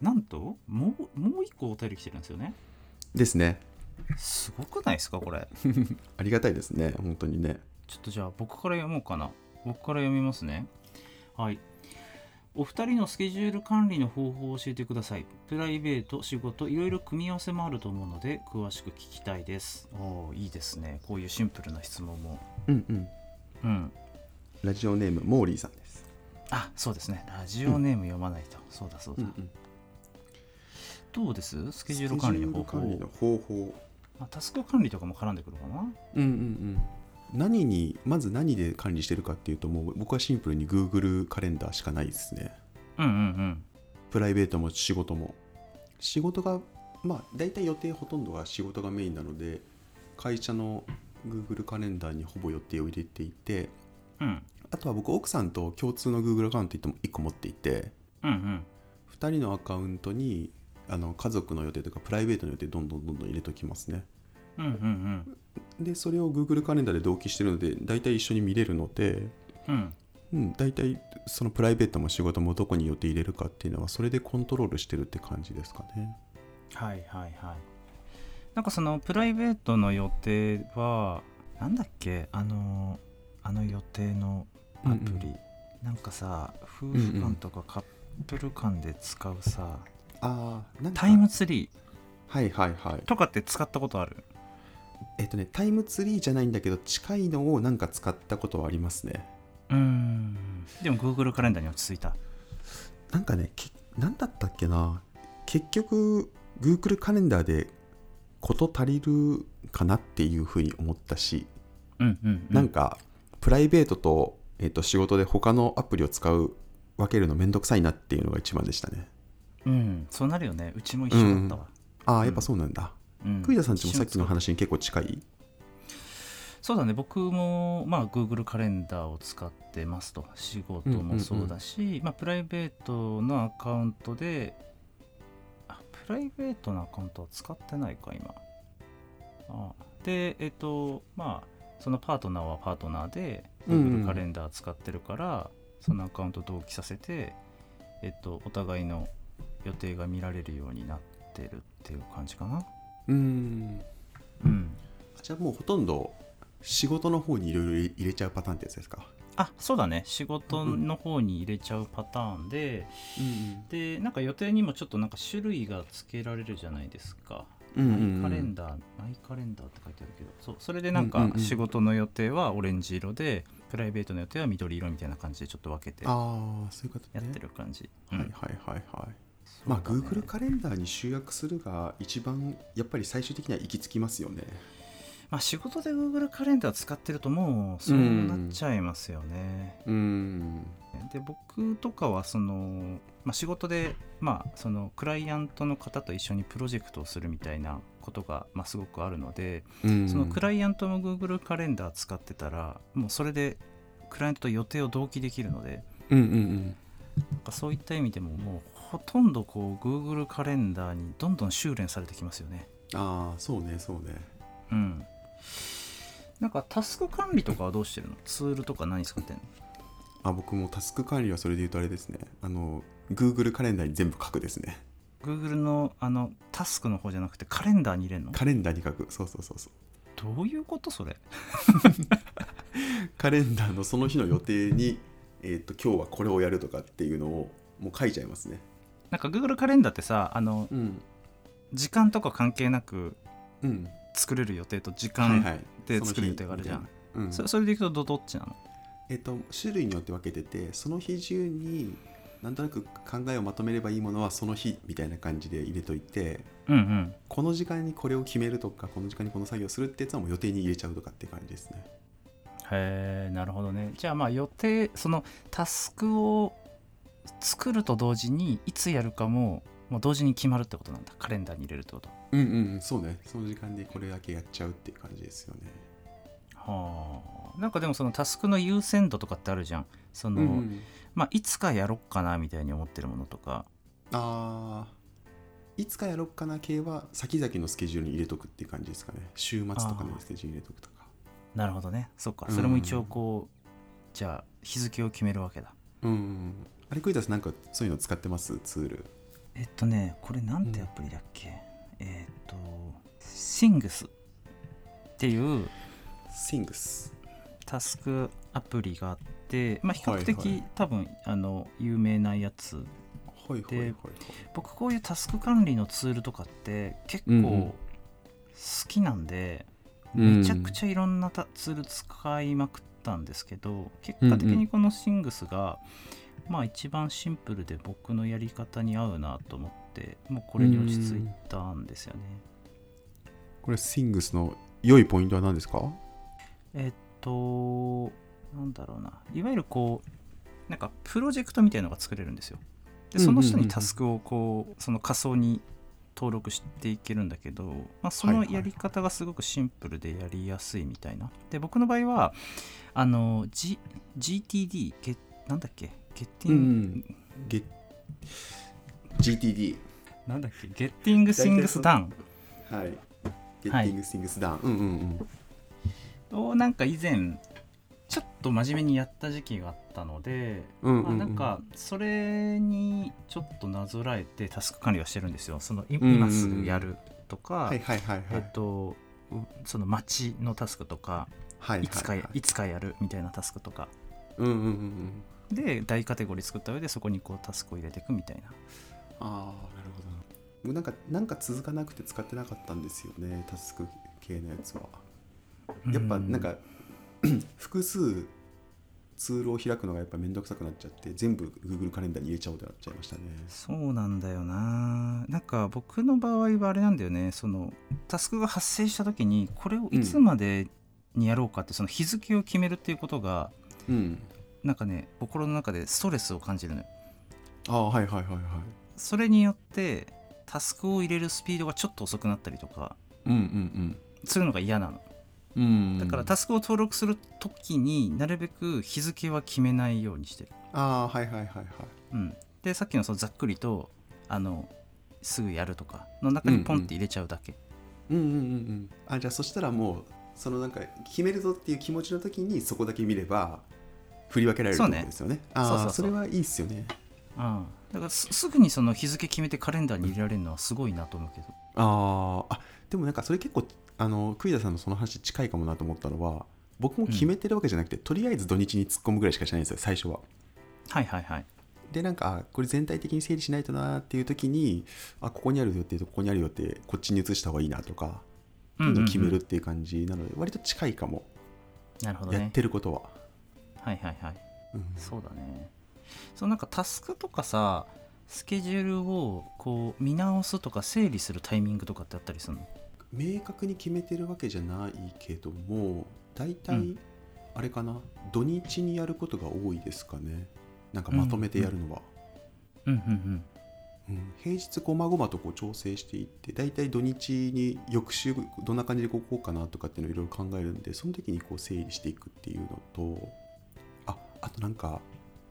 なんともうもう一個お便り来てるんですよねですね。すごくないですかこれありがたいですね。本当にね。ちょっとじゃあ僕から読もうかな。僕から読みますね。はい。お二人のスケジュール管理の方法を教えてください。プライベート、仕事、いろいろ組み合わせもあると思うので、詳しく聞きたいです。おお、いいですね。こういうシンプルな質問も。うんうん。うん。ラジオネームモーリーさんです。あ、そうですね。ラジオネーム読まないと。そうだそうだ。うん。どうですススケジュール管理の方ケジ法ュール管理の。方法。まあ、タスク管理とかも絡んでくるかな。うんうんうん。何にまず何で管理してるかっていうともう僕はシンプルに Google カレンダーしかないですね。うんうんプライベートも仕事も仕事がまあ大体予定ほとんどが仕事がメインなので会社の Google カレンダーにほぼ予定を入れていてうん。うん。あとは僕奥さんと共通の Google アカウント1個持っていてうんうん。 2人のアカウントにあの家族の予定とかプライベートの予定どんどんどんどん入れときますねうんうんでそれを Google カレンダーで同期してるので大体一緒に見れるのでうん。うん。うん、大体そのプライベートも仕事もどこに予定入れるかっていうのはそれでコントロールしてるって感じですかね。はいはいはいなんかそのプライベートの予定はなんだっけあのあの予定のアプリ、うんうなんかさ夫婦間とかカップル間で使うさ、ああ、なんかタイムツリはいはいはいー。とかって使ったことあるえっとね、タイムツリーじゃないんだけど、近いのをなんか使ったことはありますね。うーんでも Google カレンダーに落ち着いたなんかね、けなんだったっけな。結局、Google カレンダーで事足りるかなっていうふうに思ったし、うんうん、なんか、プライベートと,、えっと仕事で他のアプリを使う分けるのめんどくさいなっていうのが一番でしたね。うんそうなるよねうちも一緒だったわ、あうあ、んやっぱそうなんだ。うんクイダさんちもさっきの話に結構近いそうだね僕も、まあ、Google カレンダーを使ってますと仕事もそうだし、まあ、プライベートのアカウントであプライベートのアカウントは使ってないか今あでえっとまあそのパートナーはパートナーでうんうん Google カレンダー使ってるから、そのアカウント同期させて、えっと、お互いの予定が見られるようになってるっていう感じかなうんうんじゃあもうほとんど仕事の方にいろいろ入れちゃうパターンってやつですかあそうだね仕事の方に入れちゃうパターンで、うんでなんか予定にもちょっとなんか種類が付けられるじゃないですか、うんうんうんマイカレンダーマイカレンダーって書いてあるけどそうそれでなんうんうかんうん仕事の予定はオレンジ色でプライベートの予定は緑色みたいな感じでちょっと分けてやああそういう形ねってる感じ、はういんはいはいはいまあそうだね Google カレンダーに集約するが一番やっぱり最終的には行き着きますよねまあ、仕事で Google カレンダー使ってるともうそうなっちゃいますよね、うんで僕とかはその、まあ、仕事で、まあ、そのクライアントの方と一緒にプロジェクトをするみたいなことが、まあ、すごくあるので、そのクラいイアントも Google カレンダー使ってたらもうそれでクライアントと予定を同期できるのでうんうんうんなんかそういった意味でももうほとんどこう Google カレンダーにどんどん修練されてきますよね。ああそうねそうねうんなんかタスク管理とかはどうしてるのツールとか何使ってんのあ僕もタスク管理はそれで言うとあれですねあの Google カレンダーに全部書くですね ?Google のあのタスクの方じゃなくてカレンダーに入れるのカレンダーに書くそうそうそうそうどういうことそれカレンダーのその日の予定に、 えっと今日はこれをやるとかっていうのをもう書いちゃいますね。なんか Google カレンダーってさあのうん、時間とか関係なくうん、作れる予定と時はい間はい。でその日作る予定があるじゃん。うん、そそれでいくとどどっちなのえっ、と種類によって分けててその日中になんとなく考えをまとめればいいものはその日みたいな感じで入れといてうんうんこの時間にこれを決めるとかこの時間にこの作業するってやつはもう予定に入れちゃうとかって感じですね。へえなるほどねじゃあまあ予定そのタスクを作ると同時にいつやるかももう同時に決まるってことなんだカレンダーに入れるってことうんうんうんそうねその時間でこれだけやっちゃうっていう感じですよね。はあなんかでもそのタスクの優先度とかってあるじゃんその、うん、まあいつかやろっかなみたいに思ってるものとかあーいつかやろっかな系は先々のスケジュールに入れとくっていう感じですかね週末とかのスケジュールに入れとくとかなるほどねそっかそれも一応こう、じゃあ日付を決めるわけだうんあれクイタスなんかそういうの使ってますツールえっとねこれなんてアプリだっけ、えっとシングスっていうシングスタスクアプリがあって、まあ、比較的、はいはい多分あの有名なやつはいはいはいはい僕こういうタスク管理のツールとかって結うんうん構好きなんで、うんめちゃくちゃいろんなタツール使いまくったんですけど結果的にこのシングスが、まあ一番シンプルで僕のやり方に合うなと思ってもうこれに落ち着いたんですよね。これシングスの良いポイントは何ですかえっとなんだろうないわゆるこうなんかプロジェクトみたいなのが作れるんですよ。でその下うんうんうんうにんタスクをこうその仮想に登録していけるんだけど、まあ、そはのいはいやり方がすごくシンプルでやりやすいみたいな。で僕の場合はあの、G、GTD ゲなんだっけゲッティング、ゲ GTD なんだっけゲッティングシングスダウンはいゲはいッティングシングスダウンうんうんうんをなんか以前ちょっと真面目にやった時期があったので、うんうんまうあ、んなんかそれにちょっとなぞらえてタスク管理はしてるんですよそのいんうんうん今すぐやるとか、はいはいはいはいえっとうその待ちのタスクとかはいはいいつかやはいいつかやるみたいなタスクとかうんうんうんうんで大カテゴリー作った上でそこにこうタスクを入れていくみたいなああなるほどなもうなんかなんか続かなくて使ってなかったんですよねタスク系のやつはやっぱなんか、 複数ツールを開くのがやっぱ面倒くさくなっちゃって全部 Google カレンダーに入れちゃおうってなっちゃいましたねそうなんだよななんか僕の場合はあれなんだよねそのタスクが発生した時にこれをいつまでにやろうかって、その日付を決めるっていうことがうんなんかね心の中でストレスを感じるのよああはいはいはいはいそれによってタスクを入れるスピードがちょっと遅くなったりとかうんうんするのが嫌なのうんうんだからタスクを登録する時になるべく日付は決めないようにしてる、ああーはいはいはいはいうん、でさっきのそのざっくりとあのすぐやるとかの中にポンって入れちゃうだけ、うんうんうんうんあじゃあそしたらもうそのなんか決めるぞっていう気持ちの時にそこだけ見れば振り分けられるそっうてねことですよねああそうそうそうれはいいっすよねうん、だからすすぐにその日付決めてカレンダーに入れられるのはすごいなと思うけど、あーあでもなんかそれ結構あの栗田さんのその話近いかもなと思ったのは僕も決めてるわけじゃなくて、とりあえず土日に突っ込むぐらいしかしないんですよ最初ははいはいはいでなんかあこれ全体的に整理しないとなーっていう時にあここにある予定とここにある予定こっちに移した方がいいなとかっていうのを決めうんうるんうっていう感じなので割と近いかも、んなるほどやっねてることは、はいはいはいうんそうだねそのなんかタスクとかさスケジュールをこう見直すとか整理するタイミングとかってあったりするの明確に決めてるわけじゃないけども大体、うんあれかな土日にやることが多いですかねなんかまとめてやるのは、うんうんうん平日こまごまとこう調整していって大体土日に翌週どんな感じでこうこうかなとかっていうのをいろいろ考えるんでその時にこう整理していくっていうのとああとなんか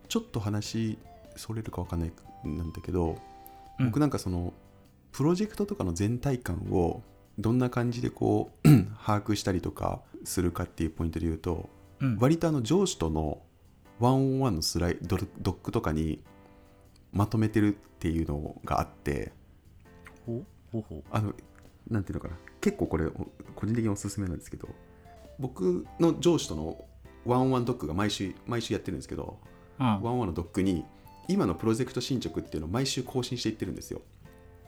ちょっと話それるかわかんないなんだけどうん僕なんかそのプロジェクトとかの全体感をどんな感じでこう 把握したりとかするかっていうポイントで言うとうんうん割とあの上司とのワンオンワンのスライドドックとかにまとめてるっていうのがあってほほほあのなんていうのかな結構これお個人的におすすめなんですけど僕の上司とのワンオンワンドックが毎週毎週やってるんですけどうんワンオンワンのドックに今のプロジェクト進捗っていうのを毎週更新していってるんですよ。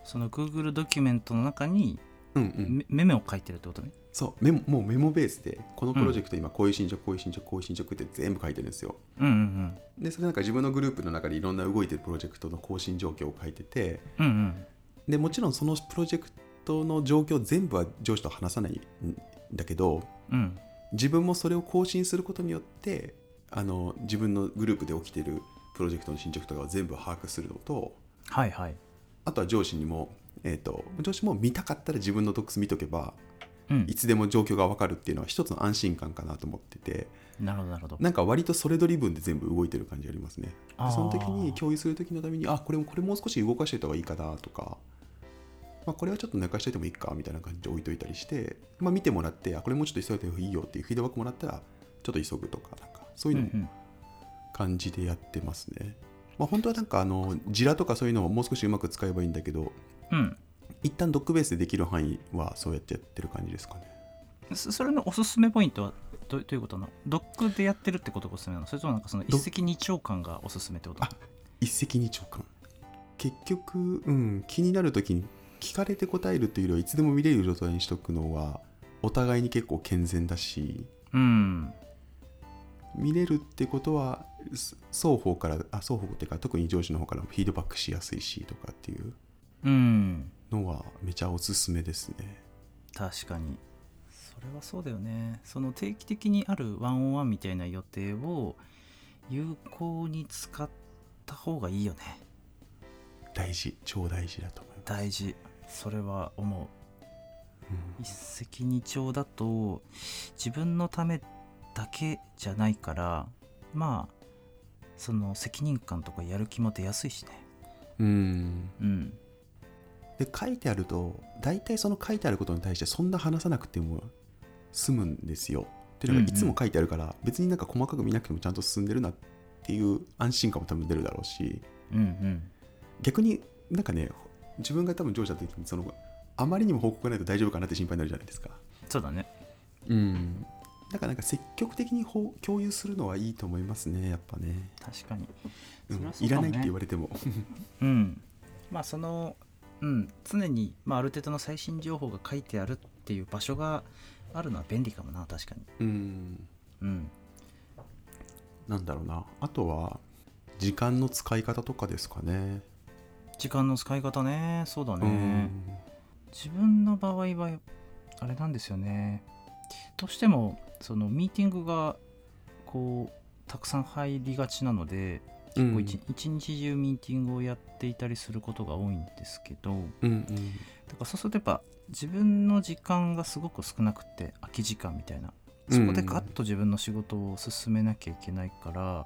その Google ドキュメントの中にうんうん、メメモを書いてるってことねそうメモもうメモベースでこのプロジェクト今こういう進捗こういう進捗こういう進捗って全部書いてるんですよ。うんうんでそれなんか自分のグループの中でいろんな動いてるプロジェクトの更新状況を書いててうんうんでもちろんそのプロジェクトの状況全部は上司と話さないんだけどうんうん自分もそれを更新することによってあの自分のグループで起きてるプロジェクトの進捗とかを全部把握するのとはいはいあとは上司にも、えー、と上司も見たかったら自分のドックス見とけばうんいつでも状況が分かるっていうのは一つの安心感かなと思っててなるほどなるほどなんか割とそれぞれ分で全部動いてる感じありますね。あーその時に共有する時のためにあこれもこれもう少し動かしておいた方がいいかなとか、まあ、これはちょっと寝かしておいてもいいかみたいな感じで置いといたりして、まあ、見てもらってあこれもうちょっと急いだ方がいいよっていうフィードバックもらったらちょっと急ぐとかなんかそうういんううのもん感じでやってますね。まあ、本当はなんかあのジラとかそういうのももう少しうまく使えばいいんだけどうん一旦ドックベースでできる範囲はそうやってやってる感じですかねそそれのおすすめポイントはどどういうことなのドックでやってるってことがおすすめなのそれともなんかその一石二鳥感がおすすめってことなの一石二鳥感結局、うん、気になる時に聞かれて答えるというよりはいつでも見れる状態にしとくのはお互いに結構健全だしうん見れるってことはす双方からあ双方っていうか特に上司の方からフィードバックしやすいしとかっていううんのはめちゃおすすめですね確かにそれはそうだよねその定期的にあるワンオンワンみたいな予定を有効に使った方がいいよね大事超大事だと思います大事それは思ううん一石二鳥だと自分のためだけじゃないからまあその責任感とかやる気も出やすいしねうんうんで書いてあると大体その書いてあることに対してそんな話さなくても済むんですよ。っていうのうんうがんいつも書いてあるから、別になんか細かく見なくてもちゃんと進んでるなっていう安心感も多分出るだろうしうんうん逆になんかね自分が多分上司だった時にそのあまりにも報告がないと大丈夫かなって心配になるじゃないですか。そうだねうんだからなんか積極的にほう共有するのはいいと思いますねやっぱね。確かにうんそりゃそいうからもなねいって言われても。うんまあそのうん常に、まあ、ある程度の最新情報が書いてあるっていう場所があるのは便利かもな確かにうんうんなんだろうなあとは時間の使い方とかですかね。時間の使い方ねそうだね、うん自分の場合はあれなんですよねどうしてもそのミーティングがこうたくさん入りがちなので、うんこう一一日中ミーティングをやっていたりすることが多いんですけどうんうんだからそうするとやっぱ自分の時間がすごく少なくて空き時間みたいなそこでガッと自分の仕事を進めなきゃいけないから、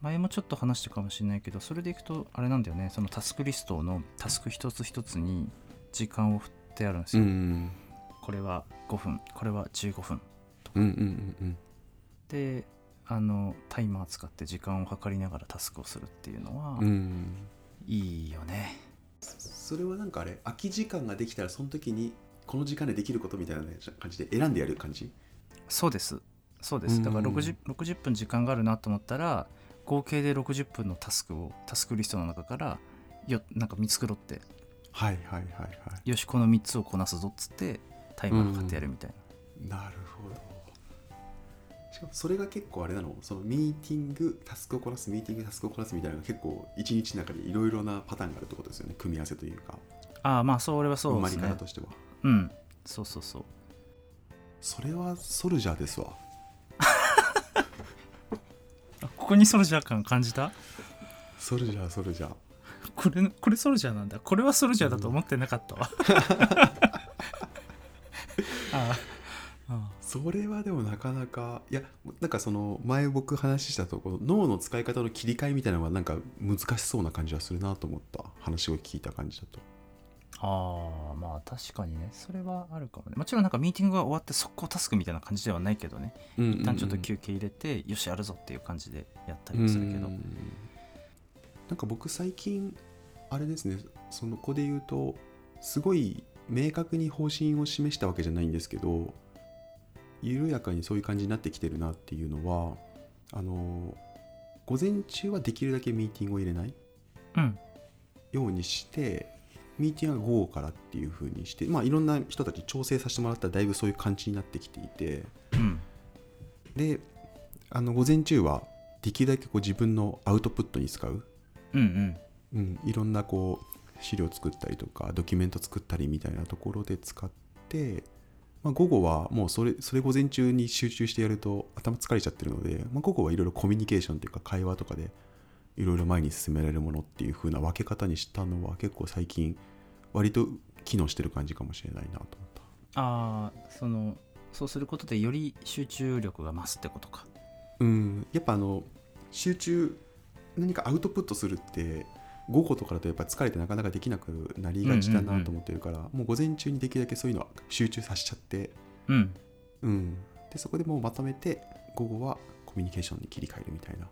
前もちょっと話したかもしれないけどそれでいくとあれなんだよねそのタスクリストのタスク一つ一つに時間を振ってあるんですうんよ、うんこれは5分これは15分うんうんうんであのタイマー使って時間を計りながらタスクをするっていうのは、うんうんいいよねそれはなんかあれ空き時間ができたらその時にこの時間でできることみたいな感じで選んでやる感じそうですそうですだからうん 60, 60分時間があるなと思ったら合計で60分のタスクをタスクリストの中からよなんか見繕ってはいはいはいはよしこの3つをこなすぞっつってタイマー買ってやるみたいな、いなるほどしかもそれが結構あれなのそのミーティングタスクをこなすミーティングタスクをこなすみたいなのが結構一日の中でいろいろなパターンがあるってことですよね組み合わせというかああまあそれはそう埋でますりね方としてはうんそうそうそうそれはソルジャーですわあここにソルジャー感感じたソルジャーソルジャーこれこれソルジャーなんだこれはソルジャーだと思ってなかったわああ あそれはでもなかなかいやなんかその前僕話ししたところ脳の使い方の切り替えみたいなのはなんか難しそうな感じはするなと思った話を聞いた感じだとあああまあ確かにねそれはあるかもねもちろんなんかミーティングが終わって速攻タスクみたいな感じではないけどねうん一旦ちょっと休憩入れて、よしやるぞっていう感じでやったりもするけどなんか僕最近あれですねその子で言うとすごい明確に方針を示したわけじゃないんですけど緩やかにそういう感じになってきてるなっていうのはあの午前中はできるだけミーティングを入れないうんようにしてミーティングは午後からっていう風にして、まあ、いろんな人たち調整させてもらったらだいぶそういう感じになってきていてうんであの午前中はできるだけこう自分のアウトプットに使う、うんうんうん、いろんなこう資料作ったりとかドキュメント作ったりみたいなところで使って、まあ、午後はもうそれそれ午前中に集中してやると頭疲れちゃってるので、まあ、午後はいろいろコミュニケーションというか会話とかでいろいろ前に進められるものっていう風な分け方にしたのは結構最近割と機能してる感じかもしれないなと思った。ああそのそうすることでより集中力が増すってことかうん、やっぱあの集中何かアウトプットするって午後とかだとやっぱ疲れてなかなかできなくなりがちだなと思ってるから、もう午前中にできるだけそういうのは集中させちゃって、うんうん、でそこでもうまとめて午後はコミュニケーションに切り替えるみたいな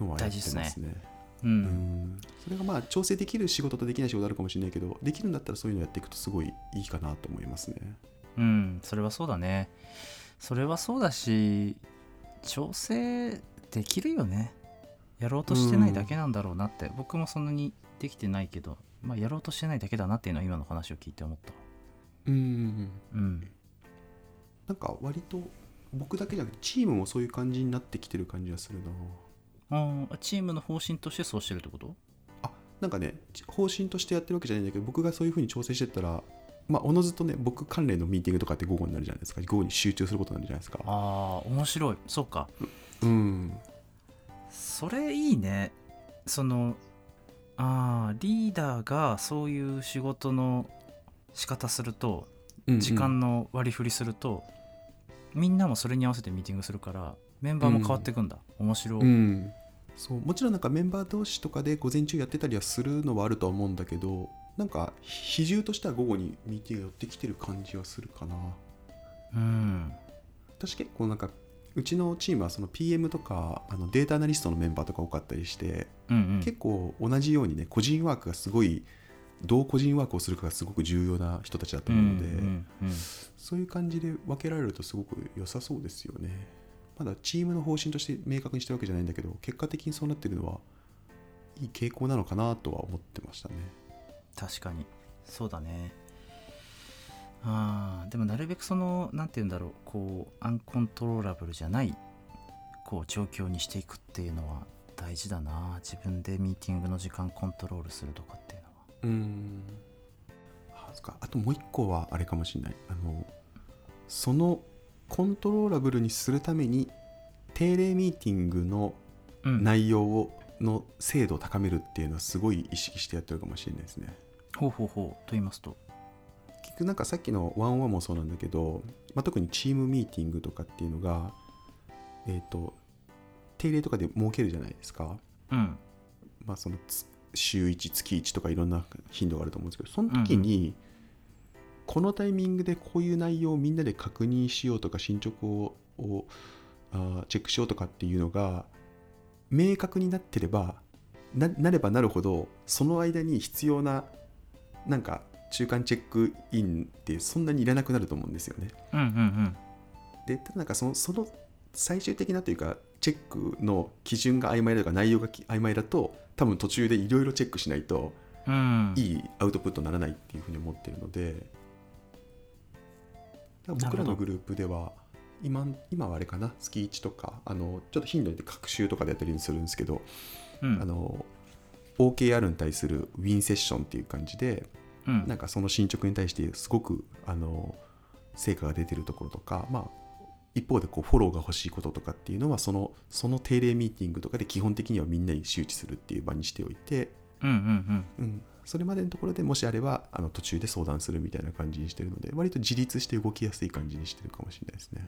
のはやってますね。ううんんそれがまあ調整できる仕事とできない仕事あるかもしれないけどできるんだったらそういうのやっていくとすごいいいかなと思いますね。うん、それはそうだね。それはそうだし、調整できるよね。やろうとしてないだけなんだろうなって、僕もそんなにできてないけど、まあ、やろうとしてないだけだなっていうのは今の話を聞いて思った。うんうん。なんか割と僕だけじゃなくてチームもそういう感じになってきてる感じがするな。あーチームの方針としてそうしてるってことあなんかね方針としてやってるわけじゃないんだけど僕がそういうふうに調整してったらまあおのずとね僕関連のミーティングとかって午後になるじゃないですか午後に集中することになるじゃないですか。ああ、面白い。そうか。うんそれいいねそのあーリーダーがそういう仕事の仕方するとうんうん時間の割り振りすると、みんなもそれに合わせてミーティングするからメンバーも変わっていくんだ、面白い、うん、そうもちろんなんかメンバー同士とかで午前中やってたりはするのはあるとは思うんだけどなんか比重としては午後にミーティングが寄ってきてる感じはするかなうん私結構なんかうちのチームはその PM とかあのデータアナリストのメンバーとか多かったりして、うんうん結構同じようにね個人ワークがすごいどう個人ワークをするかがすごく重要な人たちだとうんう思うので、んうんそういう感じで分けられるとすごく良さそうですよね。まだチームの方針として明確にしてるわけじゃないんだけど、結果的にそうなってるのはいい傾向なのかなとは思ってましたね。確かにそうだねあーでもなるべくそのなんて言うんだろうこうアンコントローラブルじゃないこう状況にしていくっていうのは大事だな自分でミーティングの時間コントロールするとかっていうのはうん。あそっかあともう一個はあれかもしれない。あの、そのコントローラブルにするために、定例ミーティングのうん内容を、の精度を高めるっていうのはすごい意識してやってるかもしれないですね。ほうほうほうと言いますと結局なんかさっきのワンオンワンもそうなんだけど、まあ、特にチームミーティングとかっていうのがえっ、と定例とかで設けるじゃないですか、うんまあ、そのつ週1月1とかいろんな頻度があると思うんですけどその時に、このタイミングでこういう内容をみんなで確認しようとか進捗ををあーチェックしようとかっていうのが明確になってればななればなるほどその間に必要ななんか中間チェックインってそんなにいらなくなると思うんですよね。うんうんでただなんかそのその最終的なというかチェックの基準が曖昧だとか内容がき曖昧だと多分途中でいろいろチェックしないとうんうんいいアウトプットにならないっていうふうに思ってるのでだから僕なるらほどのグループでは今今はあれかな月1とかあのちょっと頻度によって各週とかでやったりするんですけどうんあの OKR に対するウィンセッションっていう感じでうんなんかその進捗に対してすごくあの成果が出てるところとか、まあ、一方でこうフォローが欲しいこととかっていうのはそのその定例ミーティングとかで基本的にはみんなに周知するっていう場にしておいて、うんうんうん、それまでのところでもしあればあの途中で相談するみたいな感じにしてるので割と自立して動きやすい感じにしてるかもしれないですね。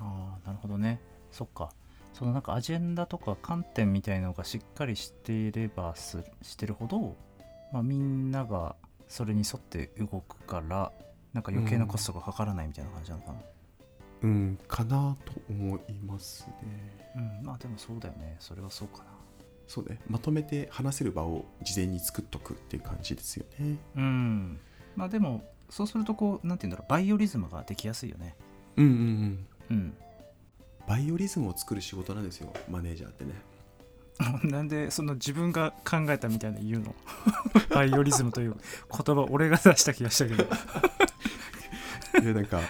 うんああなるほどねそっかそのなんかアジェンダとか観点みたいのがしっかりしていればすしてるほど、まあ、みんながそれに沿って動くからなんか余計なコストがかからないみたいな感じなのかな、うん、かなと思いますね。うんまあでもそうだよねそれはそうかそうねまとめて話せる場を事前に作っとくっていう感じですよね。なうんまあでもそうするとこうなんて言うんだろうバイオリズムができやすいよねうんうんうんうん バイオリズムを作る仕事なんですよマネージャーってねなんでその自分が考えたみたいな言うの バイオリズムという言葉俺が出した気がしたけどいやなん か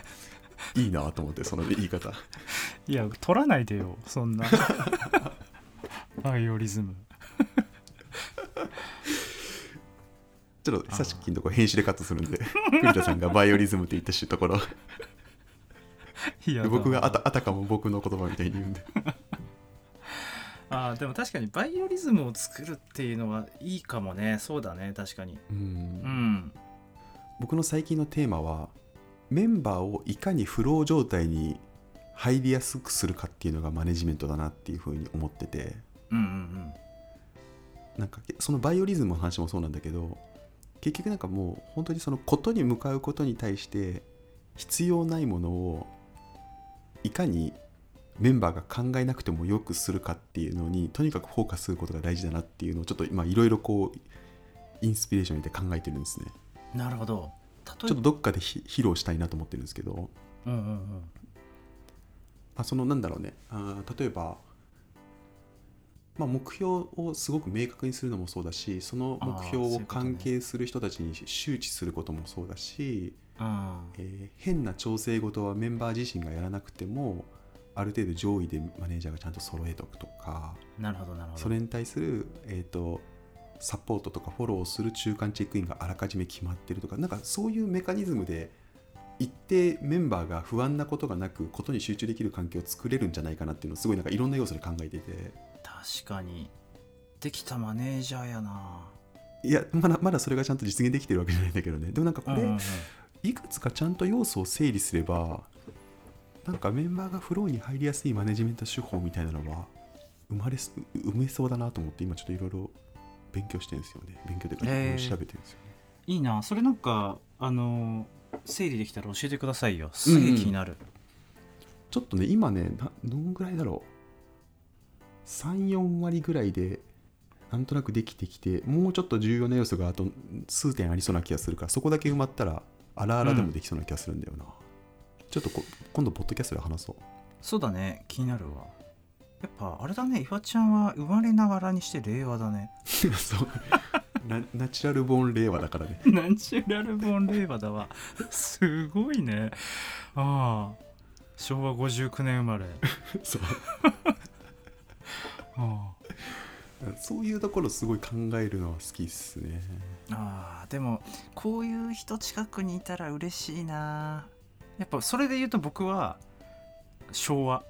いいなと思ってその言い方いや取らないでよそ んなバイオリズムちょっとさっきのとこ編集でカットするんで栗田さんがバイオリズムって言ったしところいや僕があたあたかも僕の言葉みたいに言うんであーでも確かにバイオリズムを作るっていうのはいいかもねそうだね確かにうんうん僕の最近のテーマはメンバーをいかにフロー状態に入りやすくするかっていうのがマネジメントだなっていうふうに思っててうんうんなんかそのバイオリズムの話もそうなんだけど結局なんかもう本当にそのことに向かうことに対して必要ないものをいかにメンバーが考えなくてもよくするかっていうのにとにかくフォーカスすることが大事だなっていうのをちょっと今いろいろこうインスピレーションにて考えてるんですねなるほど例えばちょっとどっかでひ披露したいなと思ってるんですけどうんうんうんあそのなんだろうねあー例えば、まあ、目標をすごく明確にするのもそうだしその目標あーそういうをことね関係する人たちに周知することもそうだしあーえー変な調整事はメンバー自身がやらなくてもある程度上位でマネージャーがちゃんと揃えておくとかなるほどなるほどそれに対する、えー、とサポートとかフォローをする中間チェックインがあらかじめ決まってるとかなんかそういうメカニズムで一定メンバーが不安なことがなくことに集中できる環境を作れるんじゃないかなっていうのをすごいなんかいろんな要素で考えていて確かにできたマネージャーやないやまだまだそれがちゃんと実現できてるわけじゃないんだけどねでもなんかこうれ、んうんうんいくつかちゃんと要素を整理すればなんかメンバーがフローに入りやすいマネジメント手法みたいなのは生まれす埋めそうだなと思って今ちょっといろいろ勉強してるんですよね勉強というかへーいろいろ調べてるんですよね、いいなそれなんかあの整理できたら教えてくださいよすげえ気になる、ちょっとね今ねなどんぐらいだろう34割ぐらいでなんとなくできてきてもうちょっと重要な要素があと数点ありそうな気がするからそこだけ埋まったら荒々でもできそうな気がするんだよな、ちょっとこ今度ポッドキャストで話そうそうだね気になるわやっぱあれだね岩ちゃんは生まれながらにして令和だ ねそう ナナチュラルボーン令和だからね ナチュラルボン令和だわ すごいねああ昭和59年生まれそう あそういうところすごい考えるのは好きっすねあでもこういう人近くにいたら嬉しいなやっぱそれで言うと僕は昭和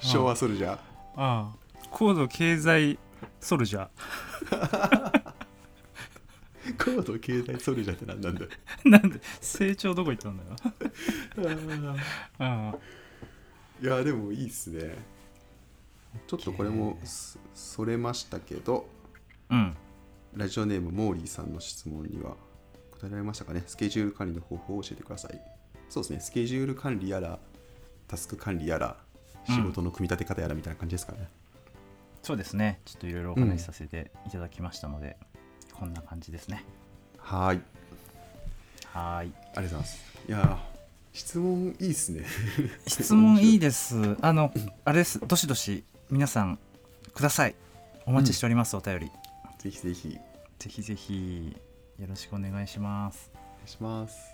昭和ソルジャーああ高度経済ソルジャ高度経済ソルジャーって何なんだよ ー なんで成長どこ行ったんだよ ああいやでもいいっすねちょっとこれもそそれましたけどうんラジオネームモーリーさんの質問には答えられましたかねスケジュール管理の方法を教えてくださいそうですねスケジュール管理やらタスク管理やら仕事の組み立て方やらみたいな感じですかね、そうですねちょっといろいろお話しさせていただきましたので、こんな感じですねはーいはーいありがとうございます。いやー、質問いいっすね。 質問いいですあのあれですどしどし皆さんくださいお待ちしております、お便りぜひぜひ、お願ぜひぜひよろしくお願いしますいします。